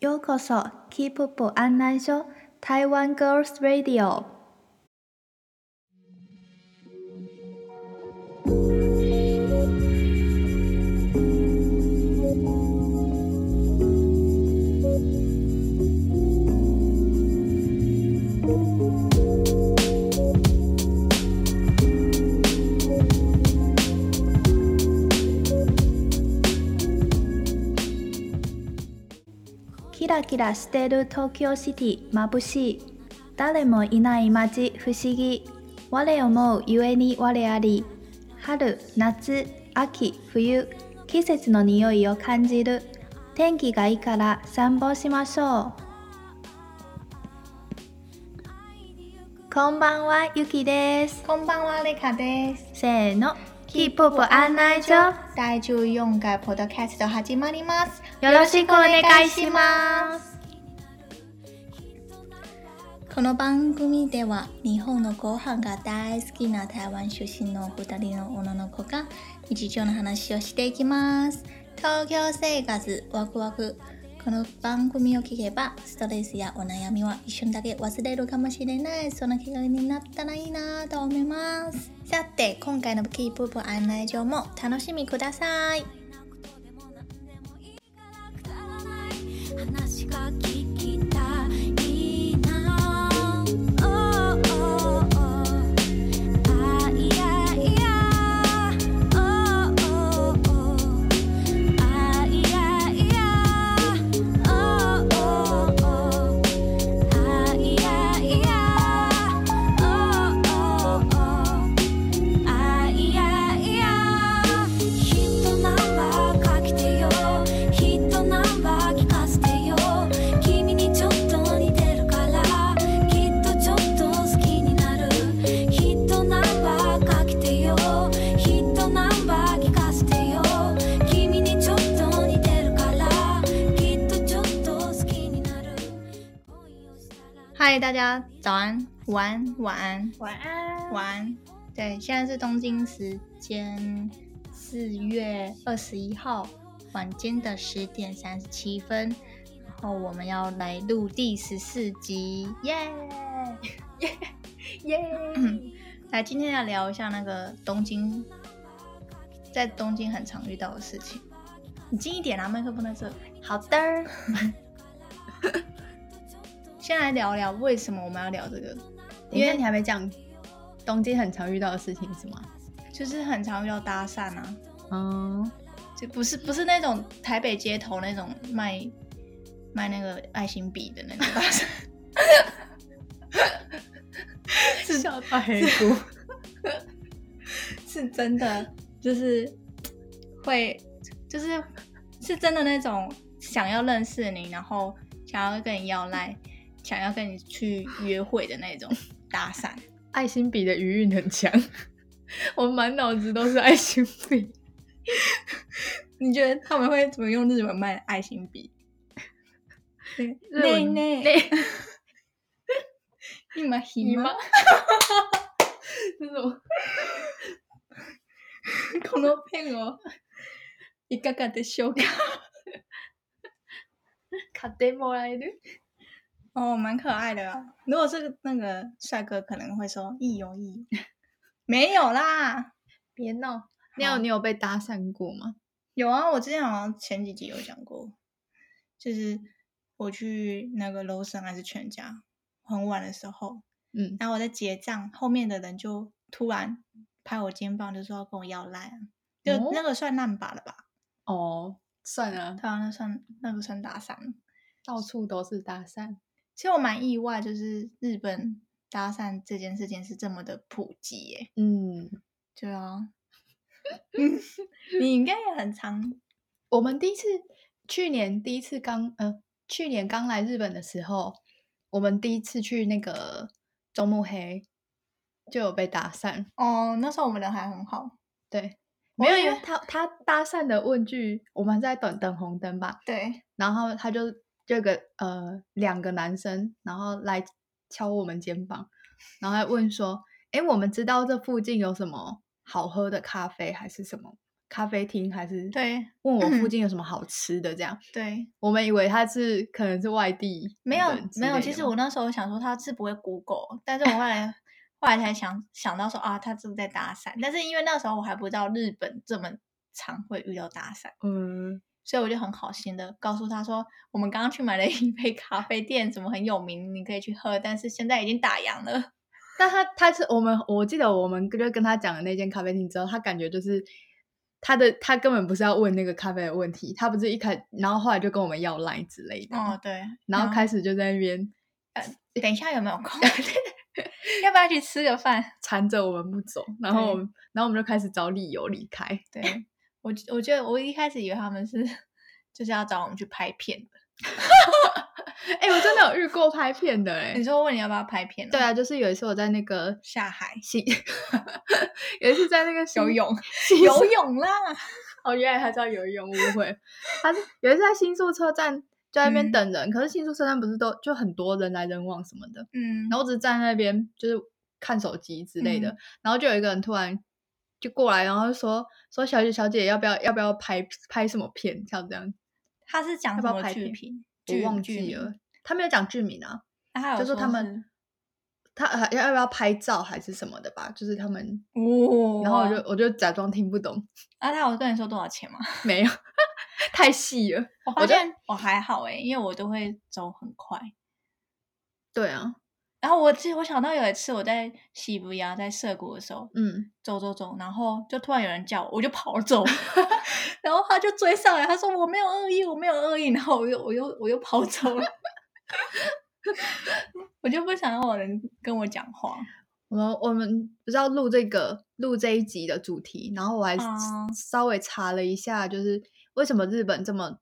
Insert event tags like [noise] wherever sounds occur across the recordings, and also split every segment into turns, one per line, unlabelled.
ようこそ Keep 不安内所台湾 Girls Radio。キラキラしてる東京シティ眩しい誰もいない街不思議我思うゆえに我あり春夏秋冬季節の匂いを感じる天気がいいから散歩しましょうこんばんはゆきです
こんばんは、レカです。
せーのキーポップ案内所よ
大中4回ポッドキャスト始まります。
ろしくお願いします
この番組では、日本のご飯が大好きな台湾出身の2人の女の子が日常の話をしていきます。東京生活ワクワク。この番組を聞けば、ストレスやお悩みは一瞬だけ忘れるかもしれない、その気軽になったらいいなと思います。さて、今回のキープープ案内状も楽しみください。
話が聞きたいなああいやいやあいやいやあいやいやあいやいや人ナンバーかけてよ人ナンバー聞かせてよ君にちょっと似てるからきっとちょっと好きになる人ナンバーかけてよ人ナンバー聞かせてよ君にちょっと似てるからきっとちょっと好きになる恋をしたら
嗨，大家早安、午安、晚安、
晚安
晚安。对，现在是东京时间四月二十一号晚间的十点三十七分，然后我们要来录第十四集，耶耶耶！来，今天来聊一下那个东京，在东京很常遇到的事情。你近一点啊，麦克风在这。
好的
[laughs] 先来聊聊为什么我们要聊这个，
等一下，你还没讲东京很常遇到的事情是吗？
就是很常遇到搭讪啊。
嗯，
就不是不是那种台北街头那种卖卖那个爱心笔的那种大神，
是 [laughs] 笑到黑姑。
是真的，就是会就是是真的那种想要认识你，然后想要跟你要赖，想要跟你去约会的那种搭讪。
爱心笔的余韵很强， [laughs] 我满脑子都是爱心笔。
你觉得他们会怎么用日文卖爱心笔？对，
日文
[laughs] 内内
内，
你们行 [laughs]
[laughs]
吗？
这种
このペンをいかがでしょうか？
卡德莫来的，
哦，蛮可爱的啊。如果是那个帅哥，可能会说“意有意”，没有啦，
别闹。你有你有被搭讪过吗？
有啊。我之前好像前几集有讲过，就是我去那个楼神还是全家，很晚的时候，
嗯，
然后我在结账，后面的人就突然拍我肩膀，就说要跟我要赖啊，就
哦
那个算烂吧了吧？
哦，算了，
对啊，那算那个算打赏。
到处都是搭讪。
其实我蛮意外，就是日本搭讪这件事情是这么的普及耶、
嗯，
对 [laughs] 啊，你应该也很常
我们第一次去年第一次刚呃，去年刚来日本的时候，我们第一次去那个中目黑，就有被搭讪。
哦。那时候我们人还很好，
对，
我
没有，
以
因
为
为他他搭讪的问句，我们在等等红灯吧，
对，
然后他就这个呃两个男生，然后来敲我们肩膀，然后还问说：“诶，我们知道这附近有什么好喝的咖啡还是什么咖啡厅，还是
对嗯
问我附近有什么好吃的这样。
对，
我们以为他是可能是外地，
没有没有。其实我那时候想说他是不会 Google，但是我后来后来才想想到说啊，他是不是在搭讪？但是因为那时候我还不知道日本这么常会遇到搭讪，
嗯，
所以我就很好心的告诉他说，我们刚刚去买了一杯咖啡店，什么很有名，你可以去喝，但是现在已经打烊了。
但他他是我们，我记得我们就跟他讲的那间咖啡厅之后，他感觉就是他的他根本不是要问那个咖啡的问题，他不是一开，然后后来就跟我们要 line 之类的，
哦，对，
然后开始就在那边
等一下有没有空？ [laughs] 要不要去吃个饭？
缠着我们不走，然后
对
我们然后我们就开始找理由离开，
对我，我觉得我一开始以为他们是就是要找我们去拍片的。
哎、我真的有遇过拍片的哎、
你说问你要不要拍片？哦
对，啊，就是有一次我在那个
下海
新， [laughs] 有一次在那个新
游泳，
新
游泳啦。
哦，原来他叫游泳，误会。他是有一次在新宿车站就在那边
嗯
等人，可是新宿车站不是都就很多人来人往什么的，
嗯，
然后我只是站在那边就是看手机之类的，
嗯
然后就有一个人突然就过来，然后就说说小姐小姐要不要要不要拍拍什么片，像这样，
他是讲
要
什
不要
么
拍
剧
片
评？
我
剧
忘
剧
记
名
了，他没有讲剧名啊，
那他有
就
说
他们他呃要要不要拍照还是什么的吧，就是他们，
是，哦，
然后我就我就假装听不懂，
啊，他有跟你说多少钱吗？
没有， [laughs] 太细了，
我
我
发
就
现我还好诶、因为我都会走很快。
对啊，
然后我记得我想到有一次我在西伯牙在涩谷的时候，
嗯，
走走走，然后就突然有人叫我，我就跑走， [laughs] 然后他就追上来，他说我没有恶意，我没有恶意，然后我又我又我又跑走了， [laughs] 我就不想要有人跟我讲话。
我们我们不是要录这个录这一集的主题，然后我还
哦
稍微查了一下，就是为什么日本这么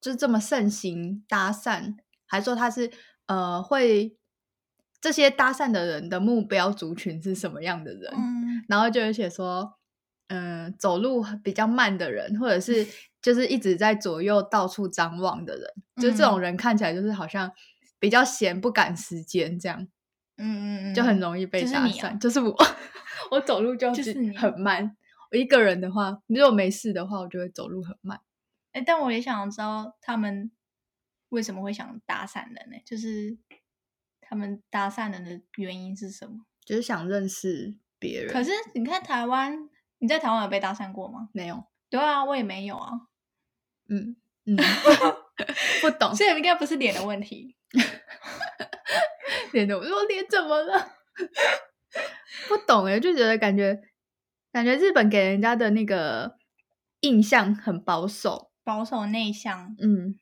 就是这么盛行搭讪，还说他是呃会这些搭讪的人的目标族群是什么样的人，
嗯，
然后就有写说，嗯、走路比较慢的人，或
[laughs]
者是就是一直在左右到处张望的人，就是这
嗯
种人看起来就是好像比较闲不赶时间这样。
嗯嗯嗯，
就很容易被
就是
搭
你啊
讪。就是我， [laughs] 我走路就
就是是你啊
很慢。我一个人的话，如果没事的话，我就会走路很慢。
哎、但我也想知道他们为什么会想搭讪人呢、就是他们搭讪人的原因是什么？
就是想认识别人，
可是你看台湾，你在台湾有被搭讪过吗？
没有，
对啊，我也没有啊，
嗯
[laughs]
嗯，不懂
所以应该不是脸的问题。
脸的，我说脸怎么了？ [laughs] 不懂哎、就觉得感觉感觉日本给人家的那个印象很保守，
保守内向，
嗯，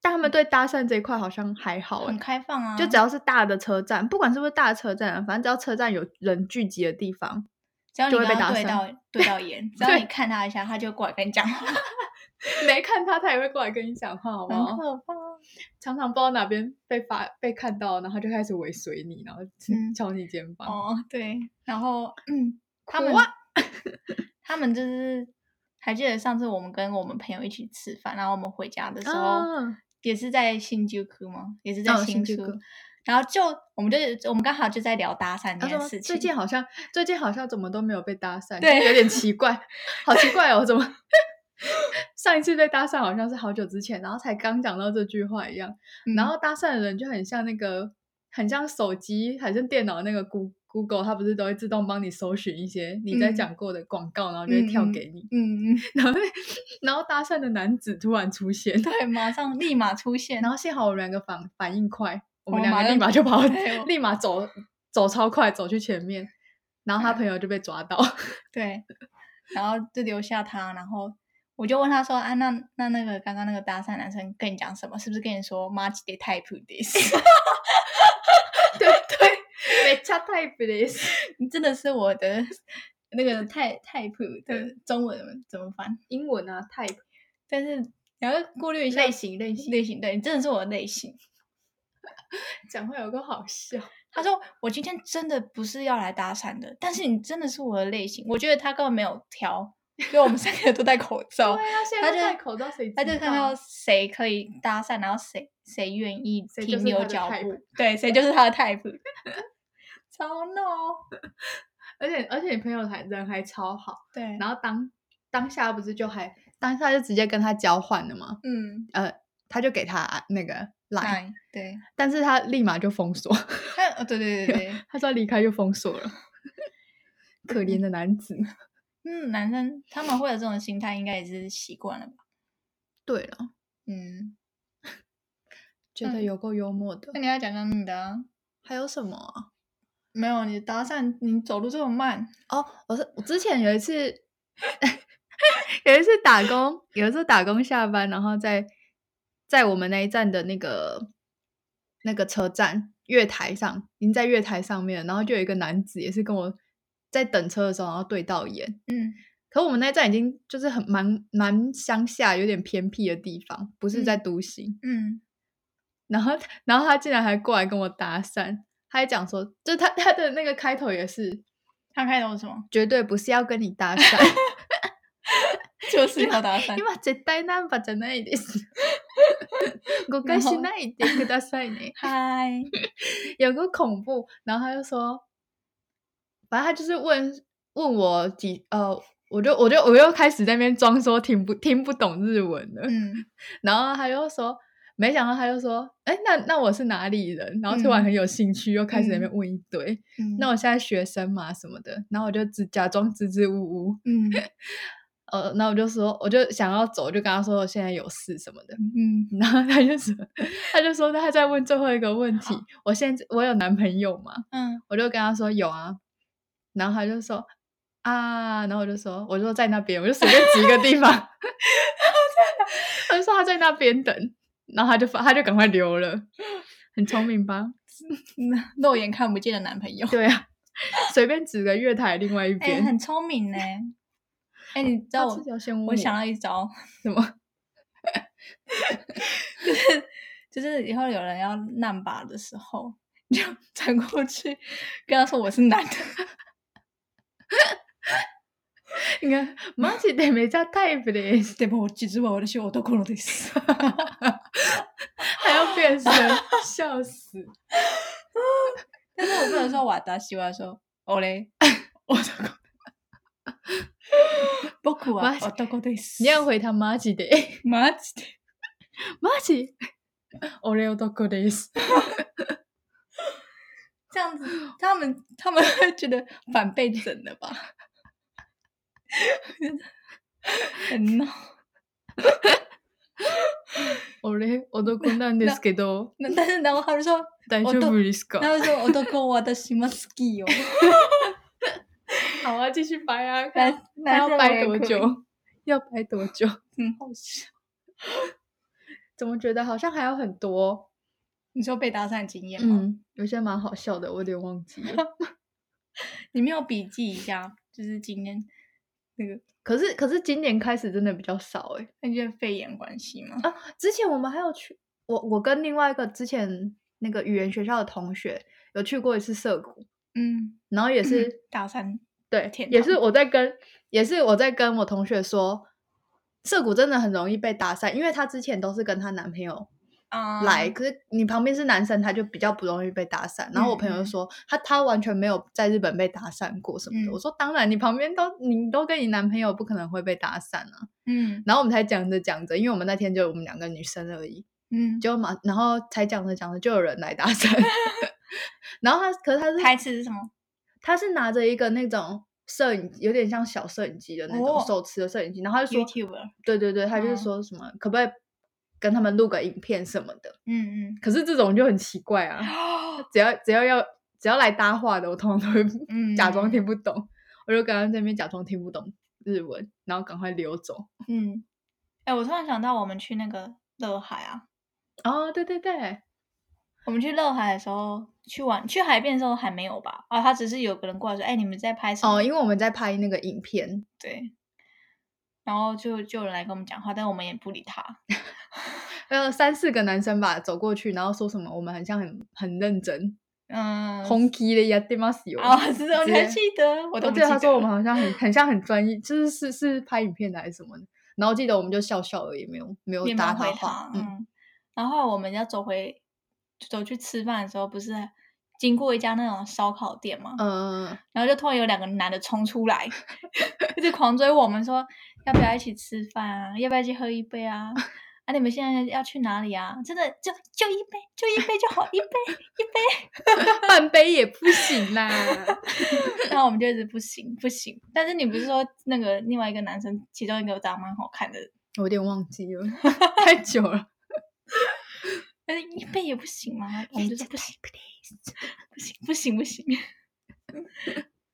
但他们对搭讪这一块好像还好哎、
很开放啊，
就只要是大的车站，不管是不是大的车站啊，反正只要车站有人聚集的地方，
只要你
就会
跟
被
他
搭
对
讪 [laughs]
到对到眼，只要你
对
看他一下，他就过来跟你讲
[laughs]
话，
[laughs] 没看他，他也会过来跟你讲话，好不好
很？可怕。
常常不知道哪边被发被看到，然后就开始尾随你，然后
嗯
敲你肩膀。
哦，对，然后嗯，他
苦
们
啊
他们就是还记得上次我们跟我们朋友一起吃饭，然后我们回家的时候、
啊
也是在新旧区吗？也是在
嗯
新
新
宿
宿区
然后就我们就我们刚好就在聊搭讪这
他
件
说
事情，
最近好像最近好像怎么都没有被搭讪，
对
就有
[laughs]
点奇怪，好奇怪哦，怎么上一次被搭讪好像是好久之前，然后才刚讲到这句话一样。
嗯
然后搭讪的人就很像那个，很像手机，很像电脑那个 Goo- Google，它不是都会自动帮你搜寻一些你在
嗯
讲过的广告，然后就会跳
嗯
给你。
嗯嗯， [laughs]
然后，然后搭讪的男子突然出现，
对，马上立马出现，
然后幸好我们两个反反应快，我们
我
两
哦马
个立
上
马就跑
对我，
立马走走超快走去前面，然
哎
后他朋友就被抓到。
对，然后就留下他，然后我就问他说啊，那那那个刚刚那个搭讪男生跟你讲什么？是不是跟你说 much the type
[laughs]
this？
对 [laughs] 对，没恰太不的意思，
你真的是我的那
[laughs]
个 type type 的中文怎么翻？
英文啊，type
但是你要过滤一下
类型类型，
类型，对你真的是我的类型。
讲话有个好笑。
他说：“我今天真的不是要来搭讪的，但是你真的是我的类型。我觉得他根本没有挑，因为我们三个都戴口罩，
[laughs] 对啊，现
他
在都
就
戴口罩，谁
他
知
就看
道
到谁可以搭讪，然后谁谁愿意
谁就
停
是
留
他的
脚
type
步，对，谁就是他的 type。超闹，
[laughs] 而且而且你朋友还人还超好，
对，
然后当当下不是就还当下就直接跟他交换了吗？
嗯，
呃，他就给他那个 line，
对对，
但是他立马就封锁， [laughs]
他哦，对对对对，
他说离开就封锁 [laughs] 了，可怜的男子。
嗯，男生他们会有这种心态，应该也是习惯了吧？
对了，
嗯，
觉得
嗯
有够幽默的。
那你要讲讲你的啊、
还有什么啊？
没有，你搭讪，你走路这么慢，
哦，我是我之前有一次， [laughs] 有一次打工，有一次打工下班，然后在在我们那一站的那个那个车站月台上，已经在月台上面了，然后就有一个男子也是跟我在等车的时候，然后对到眼。
嗯
可我们那一站已经就是很蛮蛮乡下，有点偏僻的地方，不是在
嗯
都心。
嗯，
然后他，然后他竟然还过来跟我搭讪，他还讲说，就他他的那个开头也是
他开头是什么？ [laughs]
绝对不是要跟你搭讪，
就是要搭讪
因，为絶対ナンパじゃな
[laughs]
いです。誤解しないでくださいね。
嗨，
有个恐怖，然后他就说，反正他就是问问我几呃，我就我就我又开始在那边装说听不听不懂日文了，
嗯，
然后他又说，没想到他又说，哎，那那我是哪里人？然后突然
嗯
很有兴趣，又开始在那边
嗯
问一堆。
嗯
那我现在学生嘛什么的，然后我就只假装支支吾吾，
嗯
呃，那我就说，我就想要走，我就跟他说我现在有事什么的，
嗯，
然后他就说，他就说他在问最后一个问题，我现在我有男朋友吗？
嗯，
我就跟他说有啊，然后他就说啊，然后我就说我就说在那边，我就随便指一个地方，他就说他在那边等，然后他就发他就赶快溜了，很聪明吧？
那肉眼看不见的男朋友，
对啊，随便指个月台另外一
[laughs] 哎、
边。
很聪明呢。哎、你知
他
道我
自己要先问
我想到一招，
什么？
就是以后有人要难把的时候， [laughs] 你就转过去跟他说我是男的， [laughs]
你
[laughs]
看，マジでめちゃタイプです。
对吧？我只知道我的胸我都空了的 [laughs] 死。
还要变身，笑死！
[laughs] 但是我不能说瓦达西，我要说我嘞，我的 [laughs] 僕は
マジ
男です。
你要回他マジで，
マジで
マジ。俺男です。
这样子，他们他们 [laughs] 会觉得反被整了吧？很闹。
俺男なんですけど、
那但是然后他们说，
大丈夫です
他
か？
们说我都跟我的什么 [laughs] ski 哦，
好啊，继续掰啊，看
男男
看要
生我
掰
也
多
可以 [laughs]
久？要掰多久？
很好笑。
怎么觉得好像还有很多？
你说被搭讪经验吗？
嗯，有些蛮好笑的，我有点忘记了。
你没有笔记一下，就是今天那个
可是可是今年开始真的比较少哎、
那就是肺炎关系吗？
啊，之前我们还有去，我我跟另外一个之前那个语言学校的同学有去过一次涩谷，
嗯，
然后也是、
搭讪，
对
天，
也是
堂
我在跟，也是我在跟我同学说，涩谷真的很容易被搭讪，因为她之前都是跟她男朋友
啊
来，可是你旁边是男生，他就比较不容易被搭讪。然后我朋友
嗯
就
嗯
说，他他完全没有在日本被搭讪过什么的。
嗯
我说，当然，你旁边都你都跟你男朋友，不可能会被搭讪啊。
嗯
然后我们才讲着讲着，因为我们那天就我们两个女生而已，
嗯，
就嘛，然后才讲着讲着就有人来搭讪， [laughs] 然后他可是他是
台词是什么？
他是拿着一个那种摄影，有点像小摄影机的那种
哦
手持的摄影机，然后他就说
YouTuber，
对对对，他就是
嗯
说什么、可不可以跟他们录个影片什么的，
嗯
可是这种就很奇怪啊，
嗯，
只要只要要只要来搭话的，我通常都会
嗯
假装听不懂，我就跟他这边假装听不懂日文，然后赶快溜走。
嗯，哎、我突然想到，我们去那个乐海啊，
哦，对对对，
我们去乐海的时候，去玩去海边的时候还没有吧？啊，他只是有个人过来说，哎、你们在拍什么？
哦，因为我们在拍那个影片，
对。然后就就有人来跟我们讲话，但我们也不理他。
还有呃三四个男生吧走过去，然后说什么我们很像很很认真，
嗯，
红旗的呀，对吗？是有
啊，是的，我
直
才
接
记得，我都不
我记
记得
得他说我们
了
好像很很像很专业，就是是是拍影片的还是什么的。然后记得我们就笑笑而已，没有没有
也没
搭
有回
话。
他
嗯，
嗯，然后后来我们要走回走去吃饭的时候，不是经过一家那种烧烤店嘛，
嗯、
然后就突然有两个男的冲出来， [laughs] 一直狂追我们说要不要一起吃饭啊，要不要去喝一杯啊？ [laughs] 啊，你们现在要去哪里啊？真的就就一杯，就一杯就 [laughs] 好，一杯一杯。
半杯也不行
[laughs]
啊啦。
然后我们就一直不行不行。但是你不是说那个另外一个男生，其中一个长得蛮好看的，
我有点忘记了，太久了。
但是一杯也不行吗？我们就是不行， [laughs] 不行不行不行，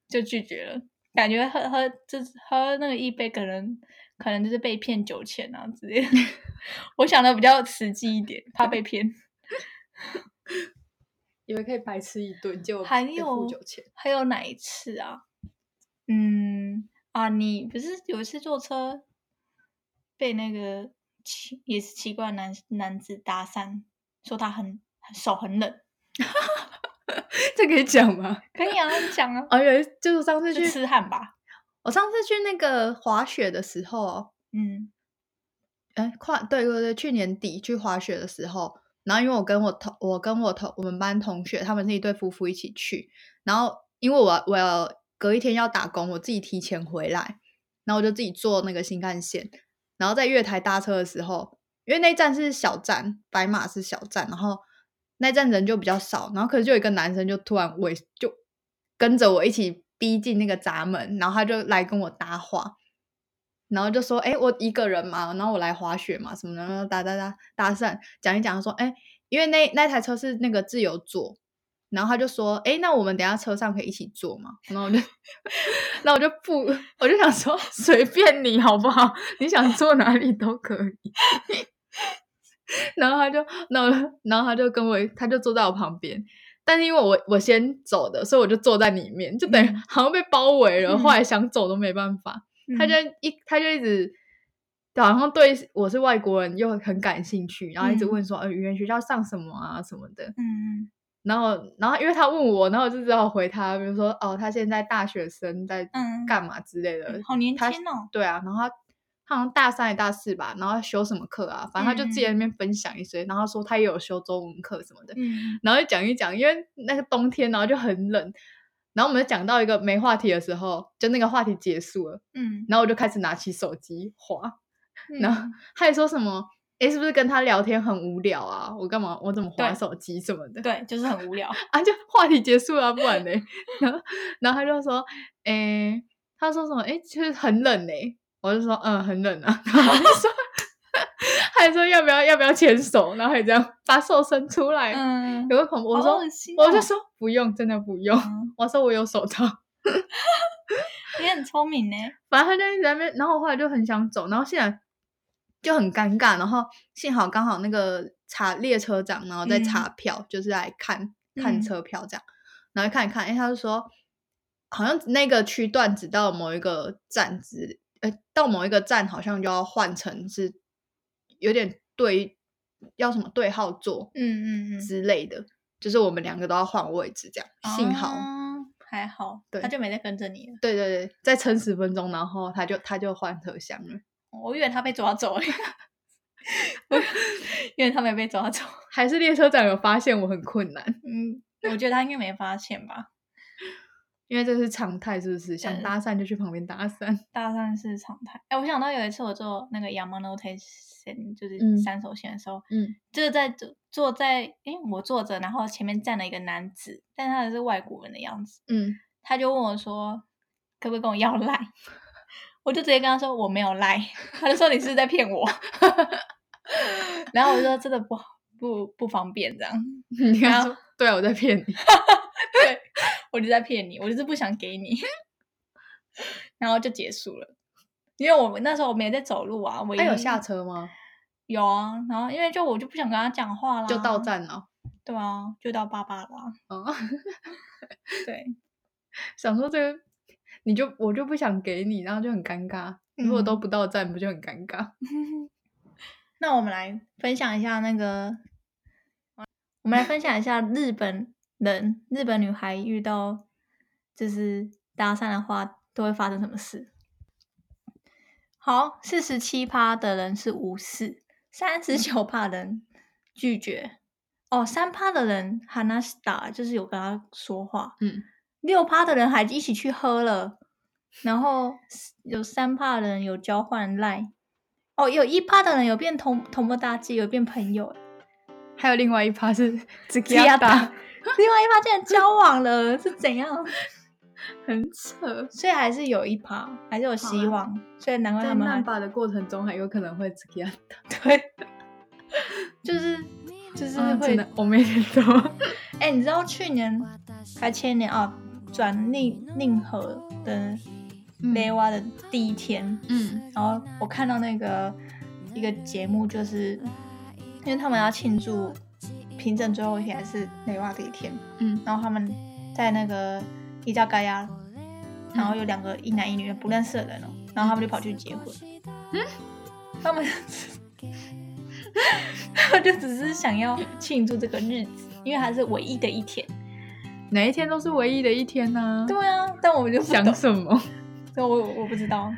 就拒绝了。感觉喝喝就是喝那个一杯，可能可能就是被骗酒钱啊之类的。 [laughs] 我想的比较实际一点，怕被骗。
以为可以白吃一顿，就
还有
酒钱。
还有哪一次啊？嗯啊，你不是有一次坐车被那个奇也是奇怪的男男子搭讪，说他很手很冷，
这可以讲吗？
可以啊，你讲啊，
哦，有一 [laughs] 就是上次
是
去，
痴汉吧？
我上次去那个滑雪的时候，
嗯
哎，跨对对对，去年底去滑雪的时候，然后因为我跟我同我跟我同我们班同学，他们是一对夫妇一起去，然后因为我我要隔一天要打工，我自己提前回来，然后我就自己坐那个新干线，然后在月台搭车的时候，因为那一站是小站，白马是小站，然后那一站人就比较少，然后可是就有一个男生就突然尾就跟着我一起逼近那个闸门，然后他就来跟我搭话，然后就说：“哎、我一个人嘛，然后我来滑雪嘛，什么的，然后搭搭搭搭讪，讲一讲，说：哎、因为那那台车是那个自由座，然后他就说：哎、那我们等一下车上可以一起坐嘛？然后我就， [laughs] 那我就不，我就想说随便你好不好？你想坐哪里都可以。然后他就，那我然后他就跟我，他就坐在我旁边。”但是因为我我先走的，所以我就坐在里面，就等于
嗯
好像被包围了。后来
嗯
想走都没办法，他
嗯
就一他就一直好像对我是外国人又很感兴趣，然后一直
嗯
问说，呃，语言学校上什么啊什么的。
嗯
然后，然后因为他问我，然后我就只好回他，比如说，哦，他现在大学生在
嗯
干嘛之类的。
嗯好年
他
轻哦，
对啊，然后他他好像大三还大四吧，然后修什么课啊，反正他就自己在那边分享一些，然后说他也有修中文课什么的。
嗯
然后就讲一讲，因为那个冬天，然后就很冷。然后我们讲到一个没话题的时候，就那个话题结束了，
嗯，
然后我就开始拿起手机滑，然后
嗯
他还说什么：“诶，是不是跟他聊天很无聊啊？我干嘛？我怎么滑
对
手机什么的？”
对，就是很无聊，
啊，就话题结束了啊，不然嘞。 [laughs] 然后，然后他就说：“诶，他说什么？诶，就是很冷嘞、我就说：“嗯，很冷啊。” [laughs] 然后他就说，他还说要不要要不要牵手，然后还这样把手伸出来，
嗯，
有个恐怖。我
好
说
恶心
我
哦
就说不用，真的不用。 [laughs]
嗯
我说我有手套，
你很聪明呢，
反正他就一直在那边。然后我后来就很想走，然后现在就很尴尬。然后幸好刚好那个查列车长，然后在查票，就是来看看
嗯
车票这样，然后看一看，哎、他就说好像那个区段只到某一个站之，呃，到某一个站好像就要换成是有点对要什么对号座
嗯嗯嗯，
之类的。就是我们两个都要换位置，这样幸好、
啊还好，
对
他就没再跟着你了，
对对对，再撑十分钟，然后他就他就换车厢了，
我以为他被抓走了， [laughs] 我 [laughs] 因为他没被抓走。
还是列车长有发现我很困难，
嗯，我觉得他应该没发现吧。
因为这是常态，是不是？想
对
搭讪就去旁边搭讪，
搭讪是常态。哎、我想到有一次我做那个 Yamanote Sen，就
嗯
是三手线的时候，
嗯，
就是在坐坐在，哎、我坐着，然后前面站了一个男子，但他是外国人的样子，
嗯，
他就问我说，可不可以跟我要赖？ [laughs] 我就直接跟他说我没有赖，他就说你是不是在骗我， [laughs] 然后我就说真的不好，不不方便这样，
[laughs] 你
然
看
后
说，对啊，我在骗你，
[laughs] 对我就在骗你，我就是不想给你， [laughs] 然后就结束了。因为我们那时候我们也在走路啊，我
他
已
哎有
经
下车吗？
有啊，然后因为就我就不想跟他讲话啦，
就到，站了，
对啊，就到爸爸啦，
哦， [laughs]
对，
想说这个，你就我就不想给你，然后就很尴尬。如果都不到站，不就很尴尬？ [laughs]
那我们来分享一下那个，我们来分享一下日本人、日本女孩遇到就是搭讪的话，都会发生什么事。好，四十七趴的人是无视，三十九趴人拒绝。哦，三趴的人喊他 star 就是有跟他说话，
嗯，
六趴的人还一起去喝了，然后有三趴的人有交换赖，哦，有一趴的人有变同同不搭机，有变朋 [laughs] 友，
还有另外一趴 [laughs] 是自己
自己要
打
打， [laughs] 另外一趴竟然交往了，是怎样？
很扯。
[laughs] 所以还是有一趴，还是有希望，所以难怪
在
他们
难
还
把的过程中，还有可能会自己要打，
对，就是就是
嗯
会
真的，我没听到。
[laughs] 哎、你知道去年还前年啊，转令令和的雷蛙的第一天，
嗯
然后我看到那个一个节目，就是因为他们要庆祝平整最后一天还是雷蛙第一天，
嗯
然后他们在那个伊加嘎呀，然后有两个一男一女不认识的人哦，然后他们就跑去结婚。他们 [laughs] 他们就只是想要庆祝这个日子，因为它是唯一的一天。
哪一天都是唯一的一天呢、
对啊，但我们就不懂
想，什么？
所以我我不知道，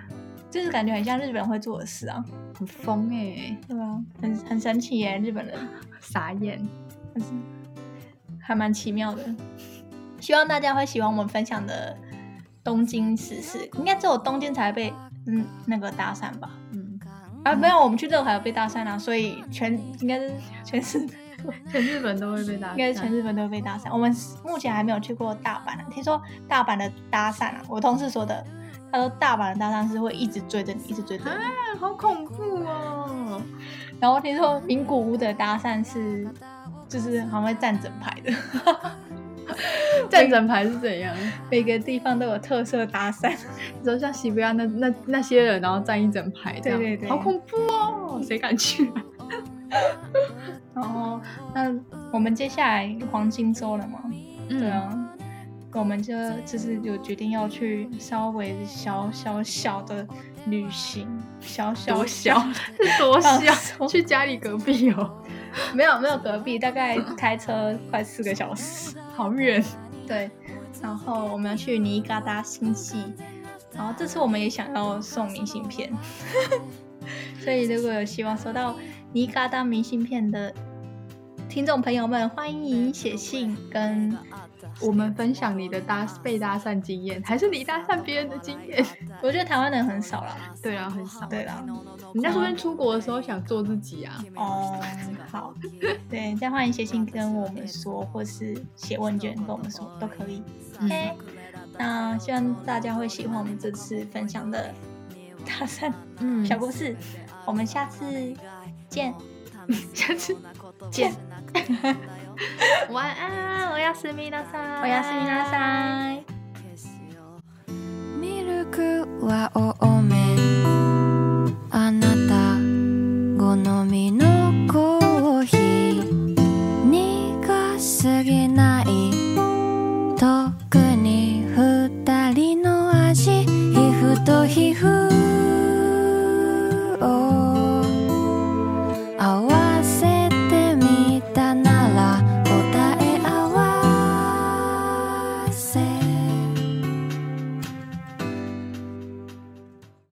就是感觉很像日本人会做的事啊。
很疯哎、
对啊，很很神奇耶，日本人
傻眼。
[laughs] 还蛮奇妙的。希望大家会喜欢我们分享的东京时事，应该只有东京才被嗯那个搭讪吧？
嗯，
啊，没有，我们去热海有被搭讪啊，所以全应该是全是应
[laughs] 全日本都会被打散，
该是全日本都会被搭讪。我们目前还没有去过大阪啊，听说大阪的搭讪啊，我同事说的，他说大阪的搭讪是会一直追着你，一直追着你。
啊好恐怖哦！
然后听说名古屋的搭讪是，就是好像会站整排的，
[laughs]
[laughs]
战争牌是怎 [laughs] 样？
每个地方都有特色搭讪。
你说像西伯利亚那那那些人，然后站一整排这样，
对对对
好恐怖哦！谁敢去、啊？
然后，哦那我们接下来黄金周了嘛？
嗯
对啊，我们就就是有决定要去稍微小小小的旅行，小小
多
小
小，是多
放
小？
松
[laughs] 去家里隔壁 [laughs] 哦，
没有没有隔壁，大概开车快四个小时。 [laughs]
好远。
对，然后我们要去尼加达星系，然后这次我们也想要送明信片， [laughs] 所以如果有希望收到尼加达明信片的听众朋友们，欢迎写信跟
我们分享你的搭被搭讪经验，还是你搭讪别人的经验？
[laughs] 我觉得台湾人很少啦，
对啊，很少。
对啦，
人家说不定出国的时候想做自己啊。
哦，好，对，再欢迎写信跟我们说，或是写问卷跟我们
哦
说都可以。OK，、那
嗯
希望大家会喜欢我们这次分享的大三
嗯
小故事，我们下次见，
下 [laughs] 次
见，
晚安，我要思密达桑，
おやすみなさい。
ミルクは多め